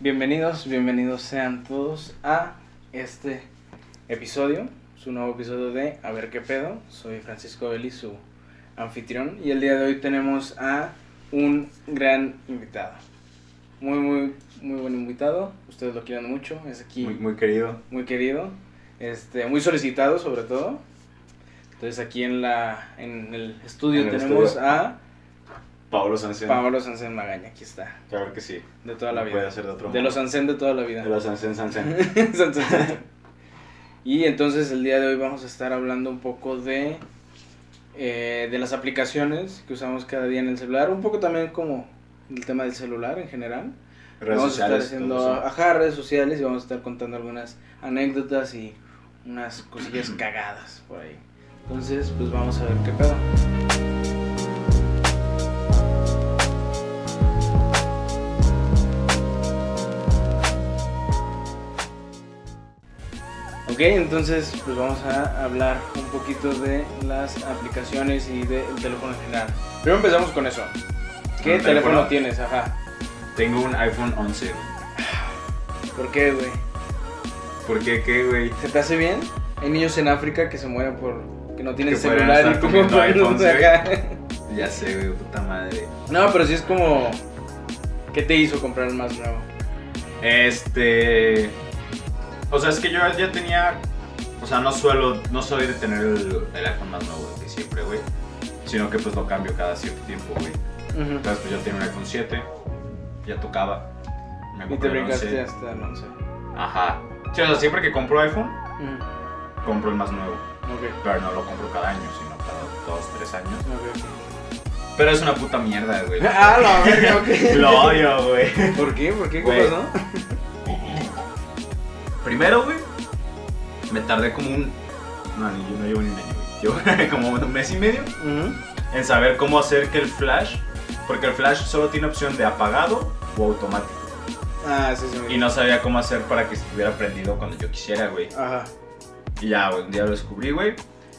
Bienvenidos, bienvenidos sean todos a este episodio, su nuevo episodio de A ver qué pedo. Soy Francisco Vélez, su anfitrión, y el día de hoy tenemos a un gran invitado. Muy, muy, muy buen invitado, ustedes lo quieren mucho, es aquí Muy, muy, muy querido. querido, este, muy solicitado sobre todo. Entonces aquí en, la, en el estudio En el tenemos estudio. a Pablo Sancen. Pablo Sansen Magaña, aquí está, Claro que sí. de toda la No Puede vida. ser de otro De modo. los Sansen de toda la vida. De los Sancen Sancen. Entonces, y entonces el día de hoy vamos a estar hablando un poco de, eh, de las aplicaciones que usamos cada día en el celular, un poco también como el tema del celular en general. Redes vamos a sociales. estar haciendo todo eso. ajá, redes sociales y vamos a estar contando algunas anécdotas y unas cosillas cagadas por ahí. Entonces, pues vamos a ver qué pedo. Ok, entonces pues vamos a hablar un poquito de las aplicaciones y del teléfono en general. Primero empezamos con eso. ¿Qué ¿Un teléfono, teléfono? tienes? Ajá. Tengo un iPhone 11. ¿Por qué, güey? ¿Por qué qué, güey? ¿Se te hace bien? Hay niños en África que se mueren por que no tienen Que podrían celular y estar como comiendo van iPhones, acá. Ya sé, güey, puta madre. No, pero sí es como ¿qué te hizo comprar el más nuevo? Este. O sea, es que yo ya tenía. O sea, no suelo. No soy de tener el, el iPhone más nuevo de siempre, güey. Sino que pues lo cambio cada cierto tiempo, güey. Ujú. Entonces, pues yo tenía un iPhone 7. Ya tocaba. Me Y te compré el 11. brincaste hasta el 11. Ajá. Sí, o sea, siempre que compro iPhone, Ujú. compro el más nuevo. Ok, Pero no lo compro cada año, sino cada dos, tres años. ok, ok. Pero es una puta mierda, güey. Ah, la verga, ok. Lo odio, güey. ¿Por qué? ¿Por qué? ¿Qué Güey. pasó? Primero, güey, me tardé como un. No, ni, yo no llevo ni medio, güey. Llevo como un mes y medio Ujú. en saber cómo hacer que el flash. Porque el flash solo tiene opción de apagado o automático. Ah, sí, sí. me Y no sabía cómo hacer para que estuviera prendido cuando yo quisiera, güey. Ajá. Y ya, güey, un día lo descubrí, güey.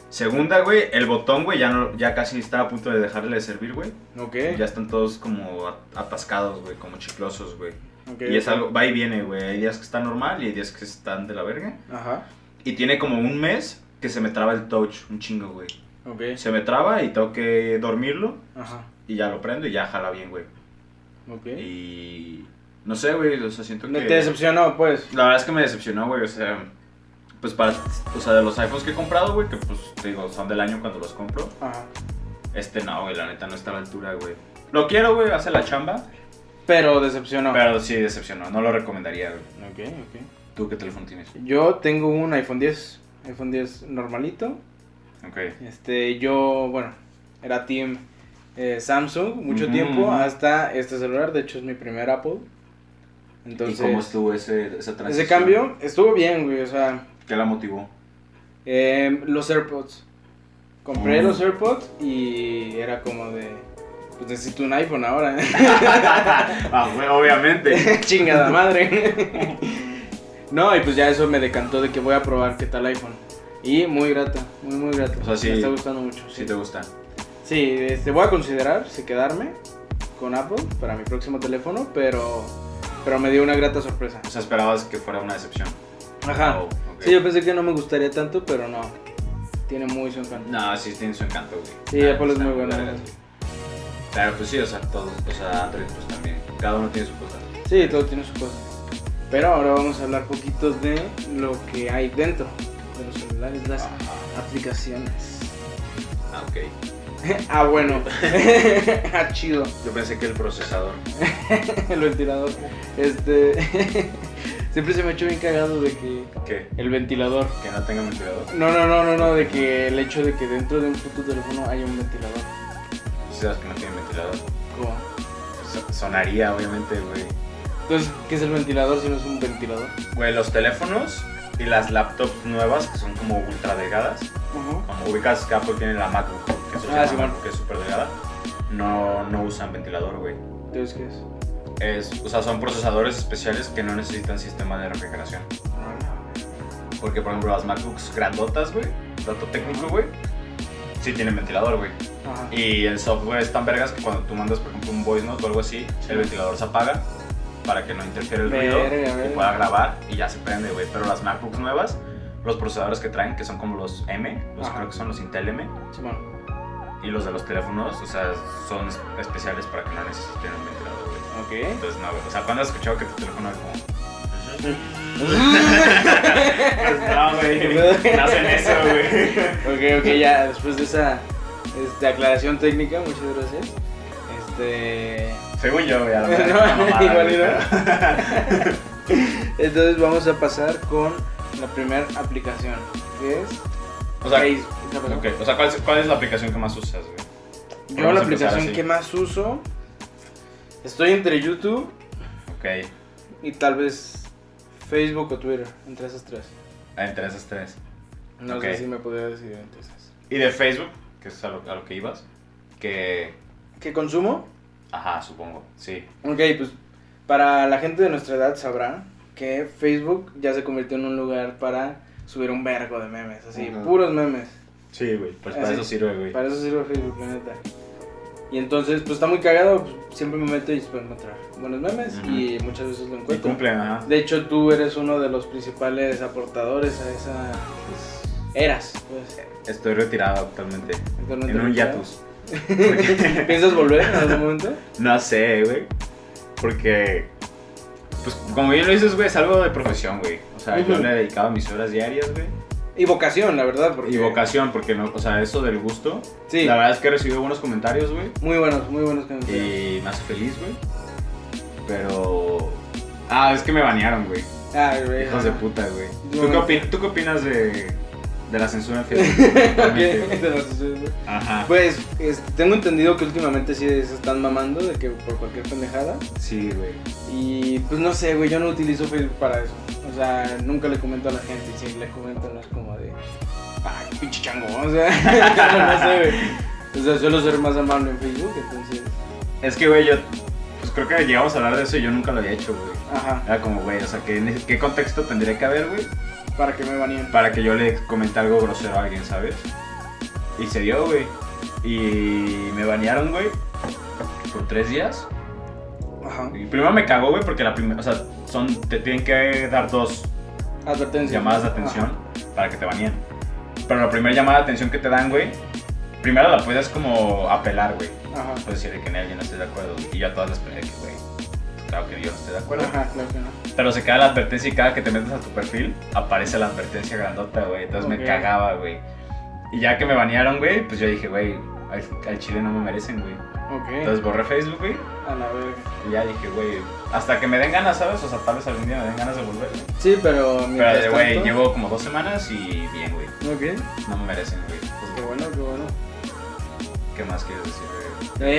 Segunda, güey, el botón, güey, ya, no, ya casi estaba a punto de dejarle de servir, güey. Ok. Ya están todos como at- atascados, güey, como chiclosos, güey. ok, Y es ok. algo, va y viene, güey. Hay días que está normal y hay días que están de la verga. Ajá. Y tiene como un mes que se me traba el touch, un chingo, güey. Ok. Se me traba y tengo que dormirlo Ajá. y ya lo prendo y ya jala bien, güey. Ok. Y no sé, güey, o sea, siento No que... te decepcionó, pues. La verdad es que me decepcionó, güey, o sea... Pues para, o sea, de los iPhones que he comprado, güey, que pues, te digo, son del año cuando los compro. Ajá. Este no, güey, la neta no está a la altura, güey. Lo quiero, güey, hace la chamba. Pero decepcionó. Pero sí, decepcionó, no lo recomendaría, güey. Ok, ok. ¿Tú qué teléfono tienes? Yo tengo un iPhone 10. iPhone 10 normalito. Ok. Este, yo, bueno, era team eh, Samsung mucho Ujú, tiempo ujú. hasta este celular. De hecho, es mi primer Apple. Entonces, ¿Y cómo estuvo ese, esa transición? ese cambio estuvo bien, güey. O sea, ¿Qué la motivó? Eh, los AirPods. Compré Mm. los AirPods y era como de. Pues necesito un iPhone ahora. ah, güey, obviamente. Chingada madre. no, y pues ya eso me decantó de que voy a probar qué tal iPhone. Y muy grata, muy, muy grata. O sea, sí- Me está gustando mucho. Si te gusta. Sí, este, voy a considerar si quedarme con Apple para mi próximo teléfono, pero, pero me dio una grata sorpresa. O sea, esperabas que fuera una decepción. Ajá. Oh, ok. Ah, Sí, yo pensé que no me gustaría tanto, pero no. Tiene muy su encanto. No, sí tiene su encanto, güey. Sí, Ah, Apple es está muy buena. vergas, güey. Claro, pues sí, o sea, todos, o sea, Android pues también. Cada uno tiene su cosa. Sí, todo tiene su cosa. Pero ahora vamos a hablar poquito de lo que hay dentro de los celulares, las aplicaciones. Ah, ok. ah, bueno. ah, chido. Yo pensé que el procesador. El ventilador. Este. Siempre se me ha hecho bien cagado de que. ¿Qué? El ventilador. Que no tenga ventilador. No, no, no, no, no, de que el hecho de que dentro de un puto teléfono haya un ventilador. Si sabes que no tiene ventilador. ¿Cómo? Pues, sonaría, obviamente, güey. Entonces, ¿qué es el ventilador si no es un ventilador? Güey, los teléfonos y las laptops nuevas que son como ultra delgadas. Como ubicas que Apple tiene la MacBook, que, se Ah, llama sí, bueno. MacBook, que es súper delgada. No, no usan ventilador, güey. Entonces, ¿qué es? Es, o sea, son procesadores especiales que no necesitan sistema de refrigeración. Porque, por ejemplo, las MacBooks grandotas, güey, dato técnico, güey, sí tienen ventilador, güey. Ajá. Y el software es tan vergas que cuando tú mandas, por ejemplo, un voice note o algo así, el ventilador se apaga para que no interfiera el Verga, ruido y verga. pueda grabar y ya se prende, güey. Pero las MacBooks nuevas, los procesadores que traen, que son como los M, los Ajá. creo que son los Intel M, Simón. y los de los teléfonos, o sea, son es- especiales para que no necesiten un ventilador, güey. Ok. Entonces, no, güey. O sea, ¿cuándo has escuchado que tu teléfono es como.? Pues no, güey. No hacen eso, güey. ok, ok, ya después de esa este, aclaración técnica, muchas gracias. Este. Según yo, güey, a la mejor No, es una mamada, igual güey, y no. pero- Entonces vamos a pasar con la primera aplicación, que es O sea, Facebook. ¿Qué pasó? ok, o sea, ¿cuál es, cuál es la aplicación que más usas, güey? Yo Vamos la a empezar aplicación así. que más uso, estoy entre YouTube Ok, y tal vez Facebook o Twitter, entre esas tres. ah, entre esas tres. No Ok. sé si me podría decidir entre esas. Y de Facebook, que es a lo, a lo que ibas, que... ¿Qué consumo? Ajá, supongo, sí. Ok, pues para la gente de nuestra edad sabrá que Facebook ya se convirtió en un lugar para subir un vergo de memes, así, Ujú. puros memes. Sí, güey, pues para Así. eso sirve, güey. Para eso sirve Facebook, la neta. Y entonces, pues está muy cagado, pues, siempre me meto y espero encontrar buenos memes Ujú. y muchas veces lo Y encuentro. cumplen, ajá. De hecho, tú eres uno de los principales aportadores a esa... Eras, pues. Estoy retirado actualmente, actualmente en un retirado. hiatus. Porque- ¿Piensas volver en algún momento? no sé, güey, porque... Pues como bien lo dices, güey, es algo de profesión, güey. O sea, yo Ujú. le he dedicado mis horas diarias, güey. Y vocación, la verdad. Porque... Y vocación, porque no, o sea, eso del gusto. Sí. La verdad es que he recibido buenos comentarios, güey. Muy buenos, muy buenos que me hicieron. Y me hace feliz, güey. Pero. Ah, es que me banearon, güey. Ah, güey. Hijos de puta, güey. No. ¿Tú, qué opi- tú qué opinas de, de la censura en Facebook? Ok, Realmente, güey. de los suicidios. Ajá. Pues es- tengo entendido que últimamente sí se están mamando de que por cualquier pendejada. Sí, güey. Y pues no sé, güey, yo no utilizo Facebook para eso. O sea, nunca le comento a la gente. Y si le comento, no es como de. ¡Ay, pinche chango! O sea, no sé, güey. O sea, suelo ser más amable en Facebook, entonces. Es que, güey, yo. Pues creo que llegamos a hablar de eso y yo nunca lo había hecho, güey. Ajá, Era como, güey, o sea, ¿qué, ne- qué contexto tendría que haber, güey? para que me baneen. Para que yo le comente algo grosero a alguien, ¿sabes? Y se dio, güey. Y me banearon, güey. Por tres días. Ajá. Y primero me cagó, güey, porque la primera. O sea, son, te tienen que dar dos Advertencia. llamadas de atención para que te baneen. Pero la primera llamada de atención que te dan, güey, primero la puedes como apelar, güey. Ajá. Ajá. Puedes decir que en él yo no estoy Pues de acuerdo. Y yo a todas las peleé que, güey, claro que yo no estoy de acuerdo. Ajá, claro que no. Pero se queda la advertencia y cada que te metes a tu perfil aparece la advertencia grandota, güey. Entonces Ok. me cagaba, güey. Y ya que me banearon, güey, pues yo dije, güey, al, al chile no me merecen, güey. Ok. Entonces borré Facebook, güey. a la verga. Y ya dije, güey, hasta que me den ganas, ¿sabes? O sea, tal vez algún día me den ganas de volver, güey. Sí, pero. mientras Pero, güey, tanto- llevo como dos semanas y bien, güey. Ok. pues No me merecen, güey. Pues, Qué bueno, qué bueno. ¿Qué más quieres decir, güey?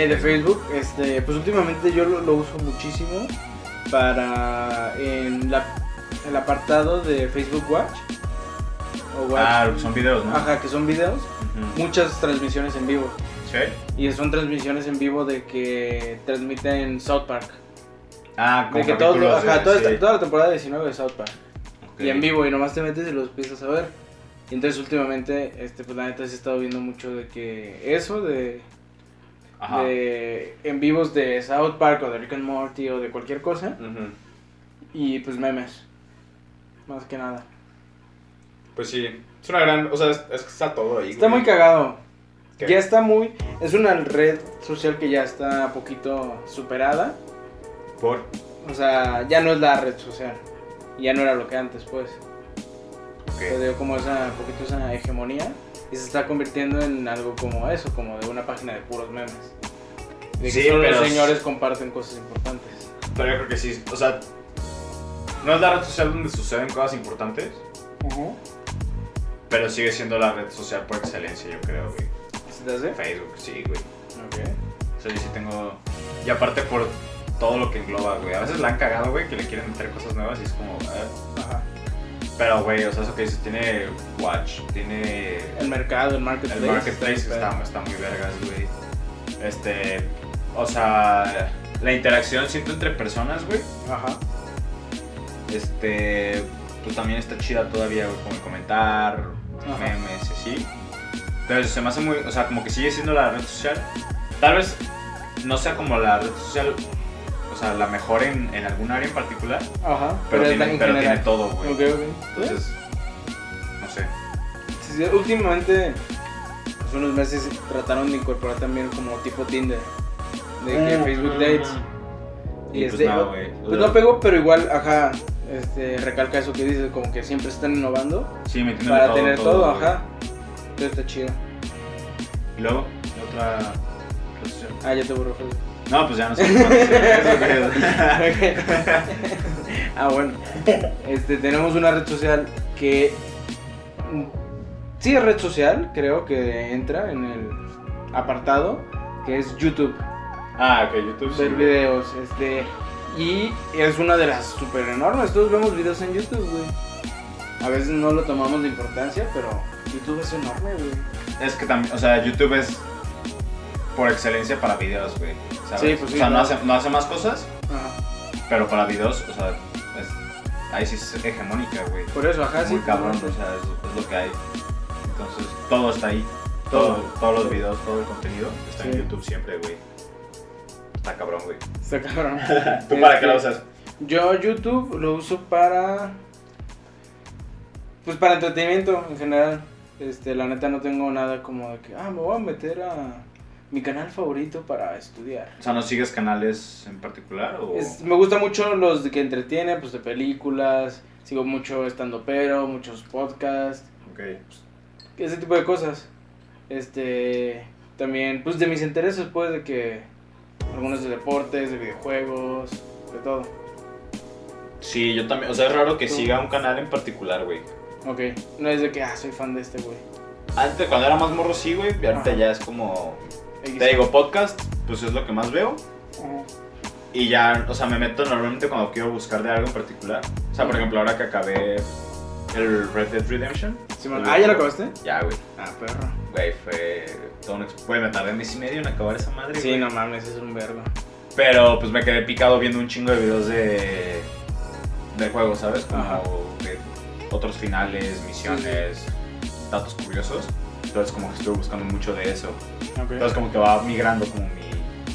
Eh, de Facebook, este, pues últimamente yo lo, lo uso muchísimo para en la, el apartado de Facebook Watch o Watch, Ah, son videos, ¿no? ajá, que son videos, Ujú. muchas transmisiones en vivo Sí. y son transmisiones en vivo de que transmiten South Park, Ah, de como que todo, capítulos ajá, de- toda, sí. esta- toda la temporada 19 de South Park Ok. y en vivo y nomás te metes y los empiezas a ver. Y entonces últimamente, este, pues la neta sí he estado viendo mucho de que eso de Ajá. de en vivos de South Park o de Rick and Morty o de cualquier cosa Ujú. y pues memes más que nada Pues sí, es una gran. O sea, es, es que está todo ahí. está güey. muy cagado ¿Qué? ya está muy es una red social que ya está poquito superada Por. o sea ya no es la red social ya no era lo que antes pues se Ok. dio como esa poquito esa hegemonía y se está convirtiendo en algo como eso como de una página de puros memes de que Sí, solo los pero- señores comparten cosas importantes Pero yo creo que sí. O sea, no es la red social donde suceden cosas importantes, pero sigue siendo la red social por excelencia, yo creo, güey. ¿Se te hace? Facebook, sí, güey. Ok. O sea, yo sí tengo. Y aparte por todo lo que engloba, güey. A veces la han cagado, güey, que le quieren meter cosas nuevas y es como. ah, Ajá. Pero, güey, o sea, eso que dices, tiene Watch, tiene El mercado, el marketplace. el Marketplace, está- está, está muy vergas, güey. Este, o sea, la interacción siento entre personas, güey. Ajá. Este, pues también está chida todavía, güey, como el comentar, Ajá. memes, y así. Entonces, se me hace muy, o sea, como que sigue siendo la red social. Tal vez no sea como la red social, o sea, la mejor en, en algún área en particular, Ajá, pero, pero, tiene, en pero tiene general. todo, güey. Ok, ok. Entonces, no sé. Sí, sí, últimamente, hace unos meses, trataron de incorporar también como tipo Tinder. De que Mm. Facebook Dates. Y, Y es pues de- nada, güey. Pues no pegó, pero igual, ajá, este, recalca eso que dices, como que siempre están innovando Sí, metiendo para todo, tener todo, güey. ajá. Entonces está chido. Y luego, otra posición. Ah, ya te borró Facebook. No, pues ya no sé. cómo decir eso, güey. ah, bueno. Este, tenemos una red social que. mm, Sí, es red social, creo que entra en el apartado, que es YouTube. Ah, ok, YouTube. sí, Ver güey. videos, este. Y es una de las super enormes. Todos vemos videos en YouTube, güey. A veces no lo tomamos de importancia, pero YouTube es enorme, güey. Es que también, o sea, YouTube es por excelencia para videos, güey. ¿sabes? Sí, pues sí, o sea, no, claro. hace, no hace más cosas, Ajá. pero para videos, o sea, es- ahí sí es hegemónica, güey. Por eso, ajá, Ah, Es sí. pues, muy cabrón, o sea, es, es lo que hay. Entonces, todo está ahí. Todo, Todo. todos los videos, todo el contenido está Sí. en YouTube siempre, güey. Está cabrón, güey. Está cabrón. ¿Tú para qué Este, lo usas? Yo YouTube lo uso para. Pues para entretenimiento en general. Este, la neta no tengo nada como de que, ah, me voy a meter a mi canal favorito para estudiar. O sea, ¿no sigues canales en particular o...? Es- me gusta mucho los de que entretiene, pues de películas. Sigo mucho estando pero, muchos podcasts, Ok. ese tipo de cosas. Este, también, pues de mis intereses, pues de que algunos de deportes, de videojuegos, de todo. Sí, yo también. O sea, es raro que Tú. siga un canal en particular, güey. Ok, no es de que, ah, soy fan de este güey. Antes, cuando era más morro, sí, güey. y Ahorita Ajá. ya es como... X. Te digo, podcast, pues es lo que más veo. Ajá. Y ya, o sea, me meto normalmente cuando quiero buscar de algo en particular. O sea, por ejemplo, ahora que acabé el Red Dead Redemption. Simón. Ah, ¿ya lo acabaste? Ya, güey. Ah, perro. Güey, fue todo un... ex- Güey, me tardé mes y medio en acabar esa madre, Sí, güey. no mames, es un verbo. Pero pues me quedé picado viendo un chingo de videos de, de juegos, ¿sabes? Como Ajá. de otros finales, misiones, datos curiosos. Entonces como que estuve buscando mucho de eso. Okay. Entonces como que va migrando como mi,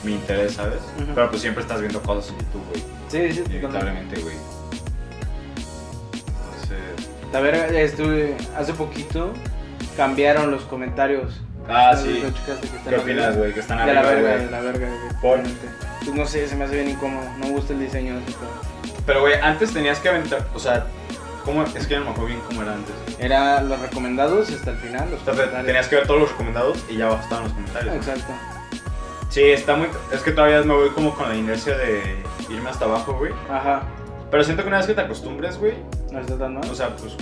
mi interés, ¿sabes? Ujú. Pero pues siempre estás viendo cosas en YouTube, güey. Sí, sí, totalmente. Inevitablemente, güey. Entonces... La verga, ya estuve hace poquito cambiaron los comentarios. Ah, No sé si sí. lo checaste que están arriba. ¿Qué opinas, güey? Que están De la arriba, verga, güey. de la verga, güey. Por- Realmente. Pues no sé, se me hace bien incómodo. No me gusta el diseño de ese pedo. Pero, güey, antes tenías que aventar... O sea, ¿cómo? es que ya no me acuerdo bien cómo era antes. Era los recomendados hasta el final, los O sea, te- comentarios. tenías que ver todos los recomendados y ya abajo estaban los comentarios. ¿no? Exacto. Sí, está muy. Es que todavía me voy como con la inercia de irme hasta abajo, güey. Ajá. Pero siento que una vez que te acostumbres, güey, No está tan mal. o sea, pues.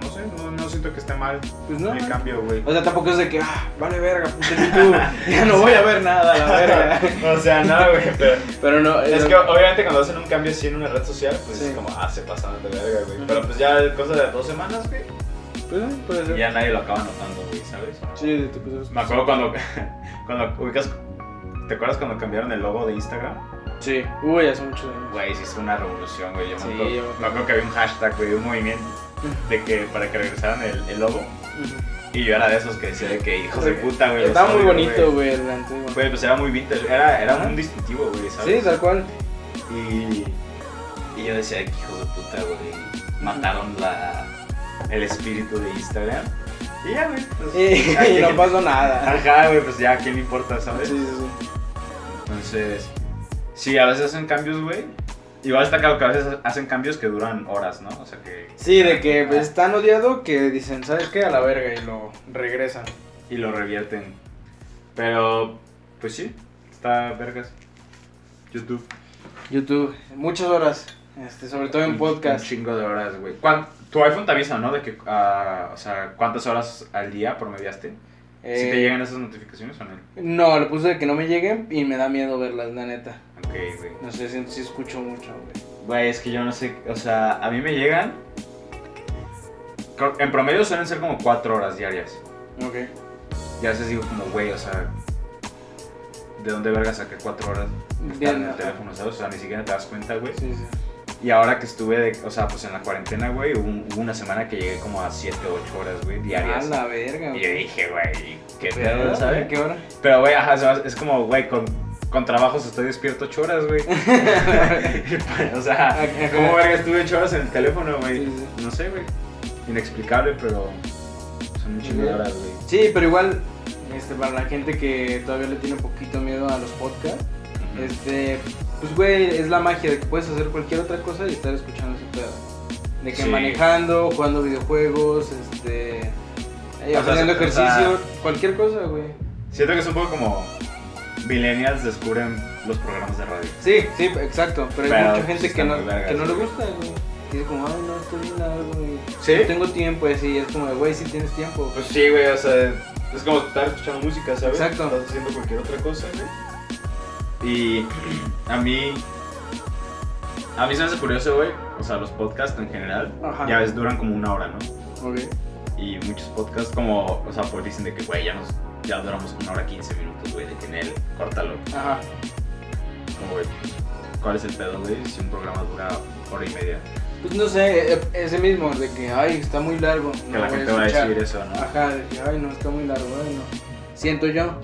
No sé, no, no siento que esté mal Pues no. el ¿no? cambio, güey. O sea, tampoco es de que, ah, vale verga, puto YouTube. ya no voy a ver nada, la verga. o sea, no, güey, pero. Pero no. eh, Es lo- que obviamente cuando hacen un cambio así en una red social, pues Sí. es como, ah, se pasan de verga, güey. Ujú. Pero pues ya cosa de dos semanas, güey. Pues, eh, puede ser. Ya nadie lo acaba notando, güey, ¿sabes? Sí, de tipo, Me acuerdo cuando. cuando ubicas. ¿Te acuerdas cuando cambiaron el logo de Instagram? Sí, uy, hace mucho años. Güey, sí hizo una revolución, güey. Yo Sí, me acuerdo, yo me acuerdo. me acuerdo que había un hashtag, güey, un movimiento de que para que regresaran el, el logo. Y yo era de esos que decía de que hijos de puta, güey. los Estaba muy odio, bonito, güey, el antiguo. Güey, pues era muy vintage, era, era Ajá. un distintivo, güey, Sí, ¿sabes? tal cual. Y, y yo decía, que hijos de puta, güey. Mataron la, el espíritu de Instagram. Y ya, güey. Pues, ¿a Y quién- no pasó nada. Ajá, güey, pues ya, ¿a quién le importa, Sí, sabes? sí, sí. Entonces, sí, a veces hacen cambios, güey. Igual está claro que a veces hacen cambios que duran horas, ¿no? O sea que. Ah, Sí, de que pues, es tan odiado que dicen, ¿sabes qué? A la verga y lo regresan. Y lo revierten. Pero, pues sí, está vergas. YouTube. YouTube, muchas horas, este, sobre todo en Un podcast. chingo de horas, güey. ¿Cuán- Tu iPhone te avisa, ¿no? De que, ah, o sea, ¿cuántas horas al día promediaste? Si Eh, te llegan esas notificaciones o no. No, le puse de que no me lleguen y me da miedo verlas, la neta. Ok, güey. No sé si, si escucho mucho, güey. Güey, es que yo no sé, o sea, a mí me llegan. En promedio suelen ser como cuatro horas diarias. Ok. Y a veces digo como, güey, o sea, ¿de dónde verga saqué cuatro horas? de estar Bien, en el ajá. teléfono, ¿sabes? O sea, ni siquiera te das cuenta, güey. Sí, sí. Y ahora que estuve, de- o sea, pues en la cuarentena, güey, hubo, un- hubo una semana que llegué como a 7, 8 horas, güey, A diarias. la verga, y yo dije, güey, ¿qué ¿Verdad? pedo, sabes? ¿Qué hora? Pero, güey, ajá, se me hace- es como, güey, con, con trabajos estoy despierto 8 horas, güey. o sea, Ajá. ¿cómo verga estuve 8 horas en el teléfono, güey? Sí, sí. No sé, güey. Inexplicable, pero son un chingo de horas, güey. Sí, pero igual, este, para la gente que todavía le tiene poquito miedo a los podcasts, Ujú. este, pues güey, es la magia de que puedes hacer cualquier otra cosa y estar escuchando ese pedo. De que Sí. manejando, jugando videojuegos, este, eh, sea, haciendo o sea- ejercicio, cualquier cosa, güey. Siento que es un poco como millennials descubren los programas de radio. Sí, sí, exacto, pero hay Pero, mucha gente pues, que está no, muy vergas, que no le güey. gusta, güey. Y es como, ay, no, estoy bien largo, güey. ¿Sí? No tengo tiempo, y así, y es como, de, güey, si tienes tiempo. Pues sí, güey, o sea, es como estar escuchando música, ¿sabes? Exacto. Estás haciendo cualquier otra cosa, güey. Y a mí. A mí se me hace curioso, güey. O sea, los podcasts en general. Ajá. Ya ves, duran como una hora, ¿no? Ok. Y muchos podcasts, como. O sea, pues dicen de que, güey, ya, nos, ya duramos una hora 15 minutos, güey. De que en él, córtalo. Ajá. Como, güey, ¿cuál es el pedo, güey? Si un programa dura hora y media. Pues no sé, eh, ese mismo, de que, ay, está muy largo. Que no la voy gente va a escuchar. decir eso, ¿no? Ajá, de que, ay, no, está muy largo, ay, no. Siento yo.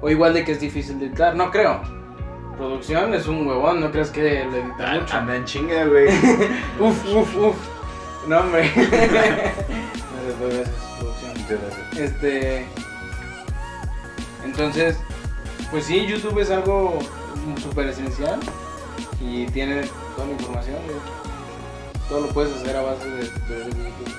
O igual de que es difícil de editar, no creo. Producción es un huevón, no creas que le edita Ah, mucho. Anda en chinga, güey. Uf, uf, uf. No, hombre. Gracias, dos veces, producción. Muchas gracias. Este. Entonces, pues sí, YouTube es algo súper esencial y tiene toda la información, güey. Todo lo puedes hacer a base de tutoriales de YouTube.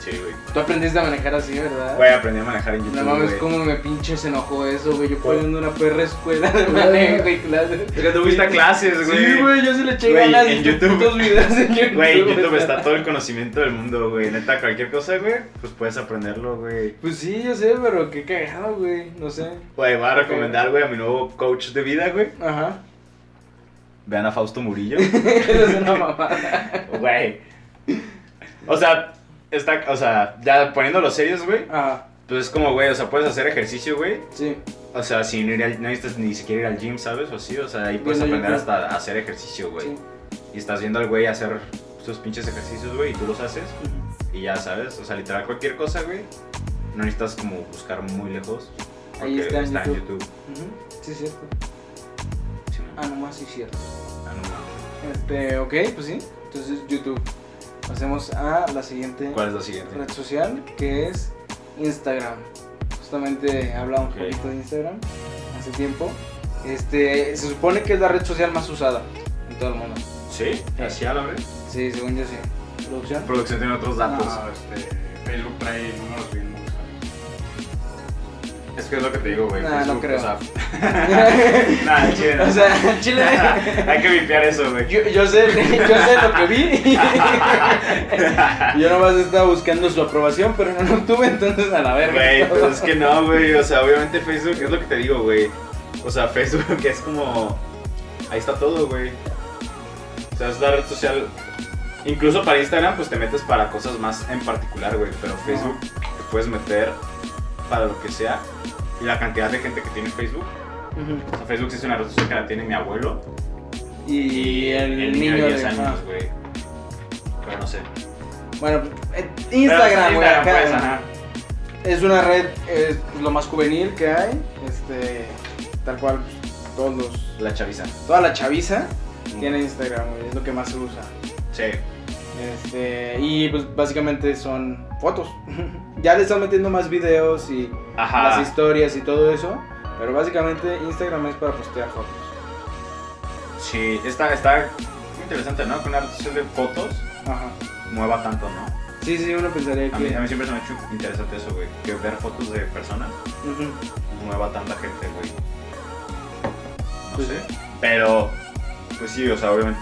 Sí, güey. Tú aprendiste a manejar así, ¿verdad? Güey, aprendí a manejar en YouTube. No mames, güey. cómo me pinches enojó eso, güey. Yo Por- poniendo una perra escuela de manejo y clases. Es que tuviste clases, güey. Sí, güey, yo sí le eché Güey, ganas en y tus YouTube. putos videos en YouTube. Güey, en YouTube está todo el conocimiento del mundo, güey. Neta, cualquier cosa, güey, pues puedes aprenderlo, güey. Pues sí, yo sé, pero qué cagado, güey. No sé. Güey, voy a recomendar, güey, a mi nuevo coach de vida, güey. Ajá. Vean a Fausto Murillo. es una mamada. Güey. O sea, está, o sea, ya poniéndolo serios, güey. Ajá, Pues es como, güey, o sea, puedes hacer ejercicio, güey. Ah, sí. O sea, sin ir al, no necesitas ni siquiera ir al gym, ¿sabes? O así, o sea, ahí puedes Viendo aprender YouTube. hasta a hacer ejercicio, güey. sí. Y estás viendo al güey hacer sus pinches ejercicios, güey, y tú los haces. Y ya sabes, o sea, literal cualquier cosa, güey. No necesitas como buscar muy lejos. Ahí porque está en YouTube. YouTube. Ujú, Sí, es cierto. Sí, Ah, nomás sí, es cierto. ah, no, Este, ok, pues sí. Entonces, YouTube. Pasemos a la siguiente. ¿Cuál es la siguiente? red social que es Instagram. Justamente hablamos Ok. un poquito de Instagram hace tiempo. Este, se supone que es la red social más usada en todo el mundo. Sí, así a la vez. Sí, según yo sí. ¿Producción? Producción tiene otros Ah. datos. No, este, Facebook trae números bien usados. Es que es lo que te digo, güey. Nah, Facebook, no creo. O sea, nada, chido. o sea, al chile. Hay que vipear eso, güey. Yo, yo sé, yo sé lo que vi. Yo nomás estaba buscando su aprobación, pero no lo obtuve, entonces a la verga. Güey, pues es que no, güey. O sea, obviamente Facebook es lo que te digo, güey. O sea, Facebook es como. Ahí está todo, güey. O sea, es la red social. Incluso para Instagram, pues te metes para cosas más en particular, güey. Pero Facebook te puedes meter para lo que sea. Y la cantidad de gente que tiene Facebook. O Ujú. sea, Facebook sí es una red social que la tiene mi abuelo. Y el, el niño, de 10 de- años, ah. güey. Pero no sé. Bueno, eh, Instagram, güey. Instagram, acá. pues, ajá. Es una red, es lo más juvenil que hay, este, tal cual pues, todos los, La chaviza. toda la chaviza tiene Instagram, güey, es lo que más se usa. Sí. Este, y pues básicamente son fotos. ya le están metiendo más videos y Ajá. las historias y todo eso, pero básicamente Instagram es para postear fotos. Sí, está, está muy interesante, ¿no? Que una red social de fotos Ajá. mueva tanto, ¿no? Sí, sí, uno pensaría A que mí, a mí siempre se me ha hecho interesante eso, güey. Que ver fotos de personas Ujú. mueva tanta gente, güey. No Pues sé. Pero, pues sí, o sea, obviamente.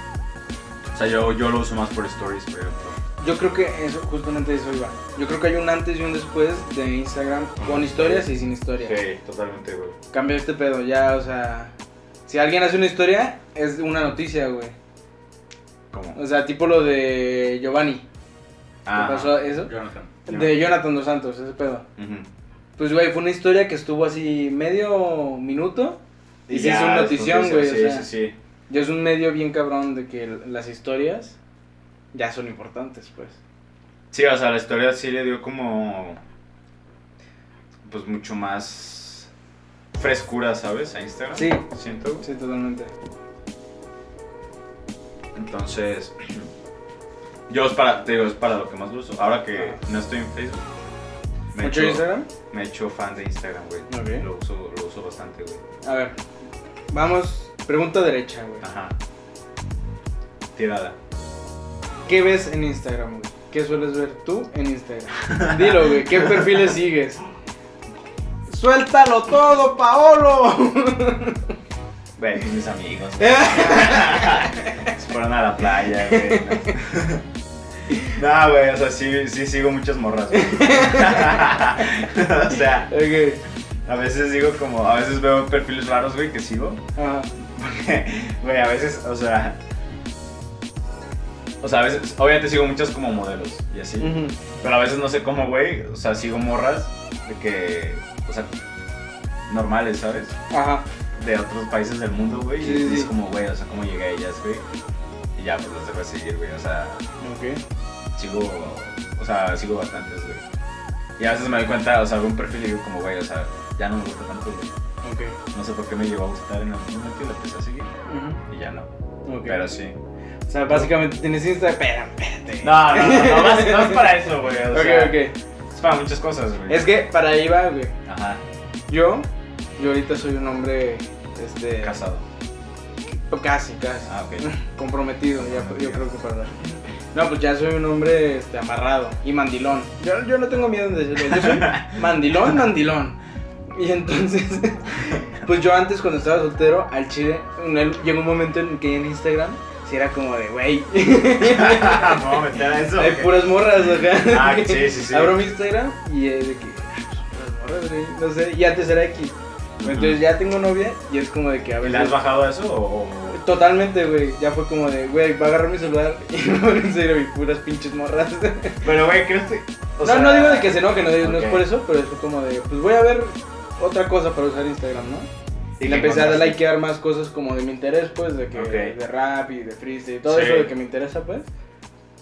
O sea, yo, yo lo uso más por stories, pero. Yo creo que eso justamente eso iba. Yo creo que hay un antes y un después de Instagram con historias y sin historias. Sí, totalmente, güey. cambió este pedo, ya, o sea, si alguien hace una historia, es una noticia, güey. ¿Cómo? O sea, tipo lo de Giovanni, Ah. ¿qué pasó eso? Jonathan. De Jonathan dos Santos, ese pedo. ujú. Pues, güey, fue una historia que estuvo así medio minuto y se ya, hizo una es notición, noticia, güey. o Sí, sea, sí, sí. Ya es un medio bien cabrón de que las historias ya son importantes, pues. Sí, o sea, la historia sí le dio como. Pues mucho más. frescura, ¿sabes? A Instagram. Sí. Siento. güey. Sí, totalmente. Entonces, yo es para, te digo, es para lo que más lo uso. Ahora que no estoy en Facebook, me ¿Mucho echo- Instagram? me he hecho fan de Instagram, güey. Ok. Lo, uso, lo uso bastante, güey. A ver, vamos. Pregunta derecha, güey. Ajá. Tirada. ¿Qué ves en Instagram, güey? ¿Qué sueles ver tú en Instagram? Dilo, güey, ¿qué perfiles sigues? ¡Suéltalo todo, Paolo! Güey, con mis amigos. ¡Eh! Se fueron a la playa, güey. No, güey, o sea, sí, sí sigo muchas morras, güey. o sea, ok. a veces digo como, a veces veo perfiles raros, güey, que sigo. Ajá. Güey, a veces, o sea. O sea, a veces, obviamente sigo muchas como modelos y así. Ujú. Pero a veces no sé cómo, güey. O sea, sigo morras de que. O sea, normales, ¿sabes? Ajá. De otros países del mundo, güey. Sí, y sí, es sí. como, güey, o sea, cómo llegué a ellas, güey. Y ya, pues las dejo de seguir, güey. O sea, Ok. sigo. O sea, sigo bastantes, güey. Y a veces me doy cuenta, o sea, veo un perfil y digo, como, güey, o sea, ya no me gusta tanto, güey. Ok. No sé por qué me llegó a gustar en algún momento y la empecé a seguir. Y ya no. Ujú. Ok. Pero sí. O sea, básicamente tienes Instagram. Espérame, espérate. No, no, no, no, más- no es para eso, güey. O sea, ok, ok. Es para muchas cosas, güey. Es que para ahí va, güey. Ajá, Yo, yo ahorita soy un hombre, este... casado. Casi, casi. Ah, ok. Comprometido, ya, yo creo que para... No, pues ya soy un hombre este, amarrado y mandilón. Yo, yo no tengo miedo en decirlo. Yo soy mandilón, mandilón. Y entonces, pues yo antes cuando estaba soltero, al chile, un- llegó un momento en que en Instagram, si era como de, güey, Vamos a meter a eso. hay ok. puras morras, o sea. Ah, sí, sí, sí. Abro mi Instagram y es de que, ah, pues, puras morras, güey. No sé, y antes era X. Entonces ya tengo novia y es como de que a ¿Y veces... ¿Le has bajado a eso o.? Totalmente, güey. Ya fue como de, güey, va a agarrar mi celular y me voy a Instagram y puras pinches morras. Pero, güey, ¿crees que.? o no, sea, no digo de que se enoje, no, digo- no ok. es por eso, pero es como de, pues voy a ver otra cosa para usar Instagram, ¿no? Y le ¿Y qué empecé a encontraste? likear más cosas como de mi interés, pues, de que Ok. de rap y de freestyle y todo Sí. eso de que me interesa, pues.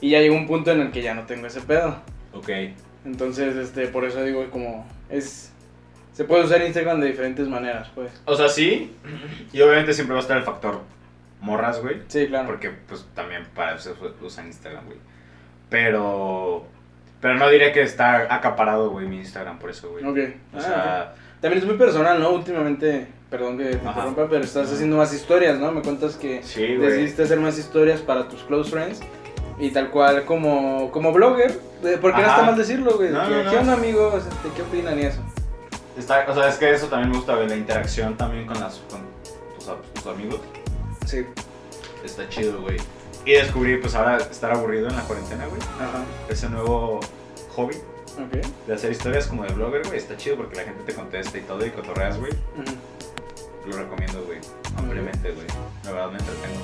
Y ya llegó un punto en el que ya no tengo ese pedo. Ok. Entonces, este, por eso digo como es se puede usar Instagram de diferentes maneras, pues. O sea, sí. Y obviamente siempre va a estar el factor morras, güey. Sí, claro. Porque, pues, también para eso usan Instagram, güey. Pero. Pero no diría que está acaparado, güey, mi Instagram por eso, güey. Ok. O Ah, sea. También es muy personal, ¿no? Últimamente, perdón que te Ajá. interrumpa, pero estás Ajá. haciendo más historias, ¿no? Me cuentas que Sí, güey. decidiste hacer más historias para tus close friends y tal cual como, como blogger, eh, porque no Ajá. está mal decirlo, güey. No, ¿Qué, no, qué no. onda, amigos? Este, ¿Qué opinan y eso? Está- o sea, es que eso también me gusta, güey, la interacción también con, las, con tus, a- tus amigos. Sí. Está chido, güey. Y descubrí, pues ahora estar aburrido en la cuarentena, güey. Ajá. Ese nuevo hobby Ok. de hacer historias como de blogger, güey. Está chido porque la gente te contesta y todo y cotorreas, güey. Ujú. Lo recomiendo, güey. Ampliamente, güey. La verdad me entretengo.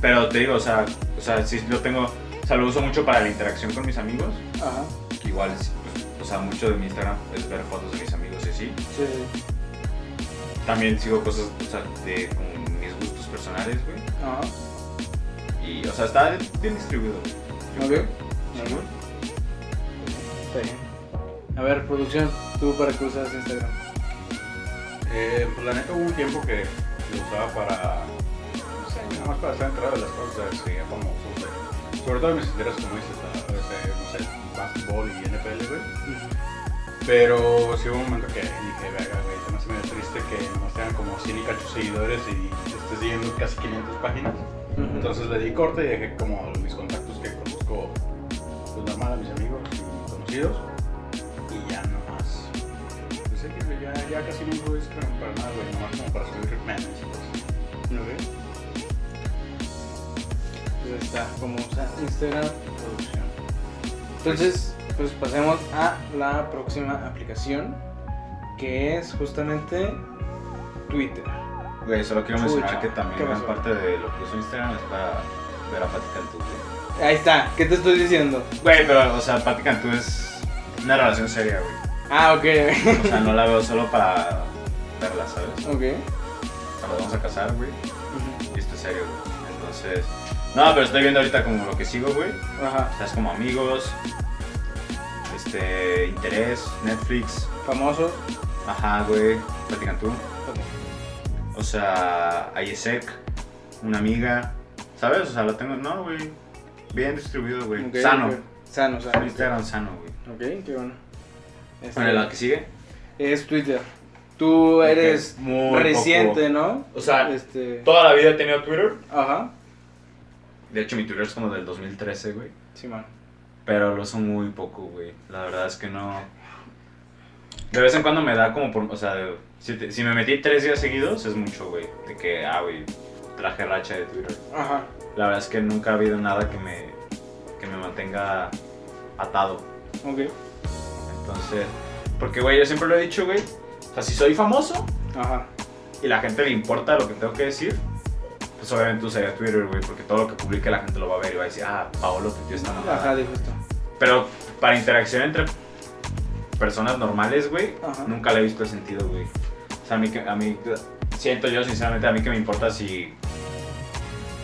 Pero te digo, o sea, o sea, sí lo tengo, o sea, lo uso mucho para la interacción con mis amigos. Ajá. Igual, sí, pues, o sea, mucho de mi Instagram es ver fotos de mis amigos y así. Sí, sí. También sigo cosas o sea, de como mis gustos personales, güey. Ajá. Y, o sea, está bien distribuido, güey. Ok. creo. Ok. Sí, güey. Está bien. A ver, producción, ¿tú para qué usas Instagram? Eh, pues la neta hubo un tiempo que lo usaba para. No sé, nada más para estar enterado de las cosas, sí, famosos. de- Sobre todo de mis intereses, como dices, a veces, no sé, básquetbol y NFL, güey. Pero sí hubo un momento que dije, verga, güey, se me hace medio triste que nomás tengan como 100 y cacho seguidores y estés siguiendo casi 500 páginas. Ujú. Entonces le di corte y dejé como mis contactos que conozco, pues normal a mis amigos y conocidos. Y ya nomás. Pues sí, güey, ya, ya casi no uso Instagram para nada, güey, nomás como para subir memes y cosas. Ok. Pues ahí está, como usa Instagram producción. Entonces, pues pasemos a la próxima aplicación, que es justamente Twitter. Güey, solo quiero mencionar Chucha, que también ¿qué gran pasó? parte de lo que uso Instagram es para ver a Pati Cantú, güey. Ahí está, ¿qué te estoy diciendo? Güey, pero, o sea, Pati Cantú es una relación seria, güey. Ah, ok, O sea, no la veo solo para verla, ¿sabes? ok. O sea, nos vamos a casar, güey. Y esto es serio, güey. Entonces, no, pero estoy viendo ahorita como lo que sigo, güey. Ajá, O sea, es como amigos, este, interés, Netflix. famosos. Ajá, güey. platican tú. O sea, a Yesec, una amiga, ¿sabes? O sea, lo tengo, no, güey, bien distribuido, güey, Ok, sano. ok. Sano, Es un sano. Instagram sano, güey. Ok, qué bueno. Este, Bueno, la que sigue. Es Twitter. Tú eres Ok, muy reciente, poco. Ah. ¿no? O sea, Este, Toda la vida he tenido Twitter. Ajá. De hecho, mi Twitter es como del 2013, güey. Sí, man. Pero lo uso muy poco, güey. La verdad es que no. De vez en cuando me da como por. O sea, si, te- si me metí tres días seguidos es mucho, güey. De que, ah, güey, traje racha de Twitter. Ajá. La verdad es que nunca ha habido nada que me, que me mantenga atado. Ok. Entonces. Porque, güey, yo siempre lo he dicho, güey. O sea, si soy famoso Ajá. y la gente le importa lo que tengo que decir, pues obviamente usaría Twitter, güey. Porque todo lo que publique la gente lo va a ver y va a decir, ah, Paolo, tu tío está mamada. Ajá, dijo esto. Pero para interacción entre personas normales, güey, Ajá. nunca le he visto el sentido, güey. O sea, a mí, que- a mí, siento yo, sinceramente, a mí que me importa si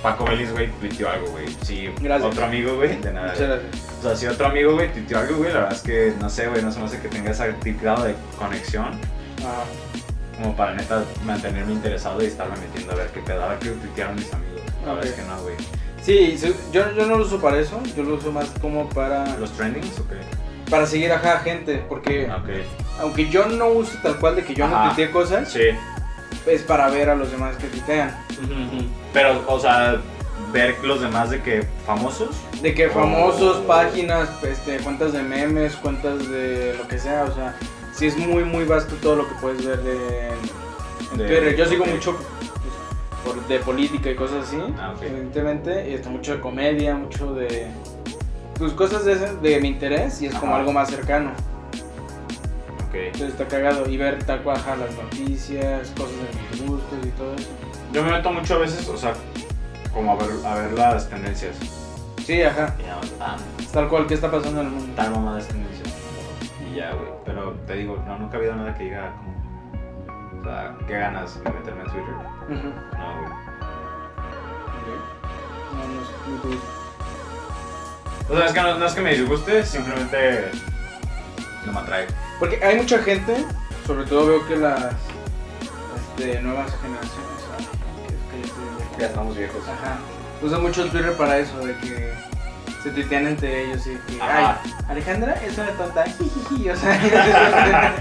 Paco Vélez, güey, tuiteó algo, güey. Si Gracias. otro amigo, güey, de nada. Muchas güey. gracias. O sea, si otro amigo, güey, tuiteó algo, güey, la verdad es que no sé, güey, no se me hace que tenga ese tipo de conexión Ajá. como para neta mantenerme interesado y estarme metiendo a ver qué pedaba que tuitearon mis amigos. La verdad Ok. es que no, güey. Sí, sí, yo, yo no lo uso para eso, yo lo uso más como para, ¿Los trendings o para seguir ajá gente, porque qué? aunque yo no uso tal cual de que yo no Ajá. tuiteé Ok. cosas, Sí. es para ver a los demás que tuitean. Pero, o sea, ver los demás de que famosos. De que Oh. famosos, páginas, este, cuentas de memes, cuentas de lo que sea, o sea, sí es muy, muy vasto todo lo que puedes ver de, en De- Twitter. Yo sigo ok. mucho pues, por- de política y cosas así, Ah, ok. evidentemente, y está mucho de comedia, mucho de... Pues cosas de, ese- de mi interés y es como Ajá. algo más cercano. Ok. Entonces está cagado y ver tal cual ajá, las noticias, cosas de mis gustos y todo eso. Yo me meto mucho a veces, o sea, como a ver, a ver las tendencias. Sí, ajá, Y nada más, ah, tal cual, ¿qué está pasando en el mundo? tal mamada es tendencia. Y ya, güey. Pero te digo, no, nunca ha habido nada que diga como. O sea, ¿qué ganas de meterme en Twitter? Ujú. No, güey. No, no es muy duro. O sea, es que no, no es que me disguste, simplemente no me atrae. Porque hay mucha gente, sobre todo veo que las este, nuevas generaciones, ah, que es que ya estoy viejo. estamos viejos. ¿eh? Ajá. Usan mucho el Twitter para eso, de que se tuitean entre ellos y que, Ajá. ay, Alejandra es una tonta, jijiji", o sea,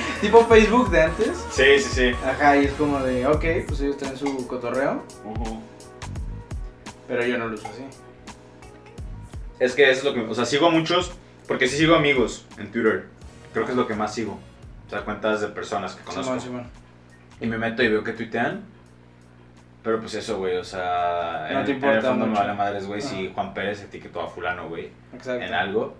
tipo Facebook de antes. Sí, sí, sí. Ajá, y es como de, ok, pues ellos traen su cotorreo, pero yo no lo uso así. Es que eso es lo que. O sea, sigo a muchos. Porque sí sigo amigos en Twitter. Creo que es lo que más sigo. O sea, cuentas de personas que conozco. Simón, Simón. Y me meto y veo que tuitean. Pero pues eso, güey. O sea. No en- te en importa el fondo me mucho. vale madres, güey. Si Ajá. Juan Pérez etiquetó a Fulano, güey. Exacto. En algo.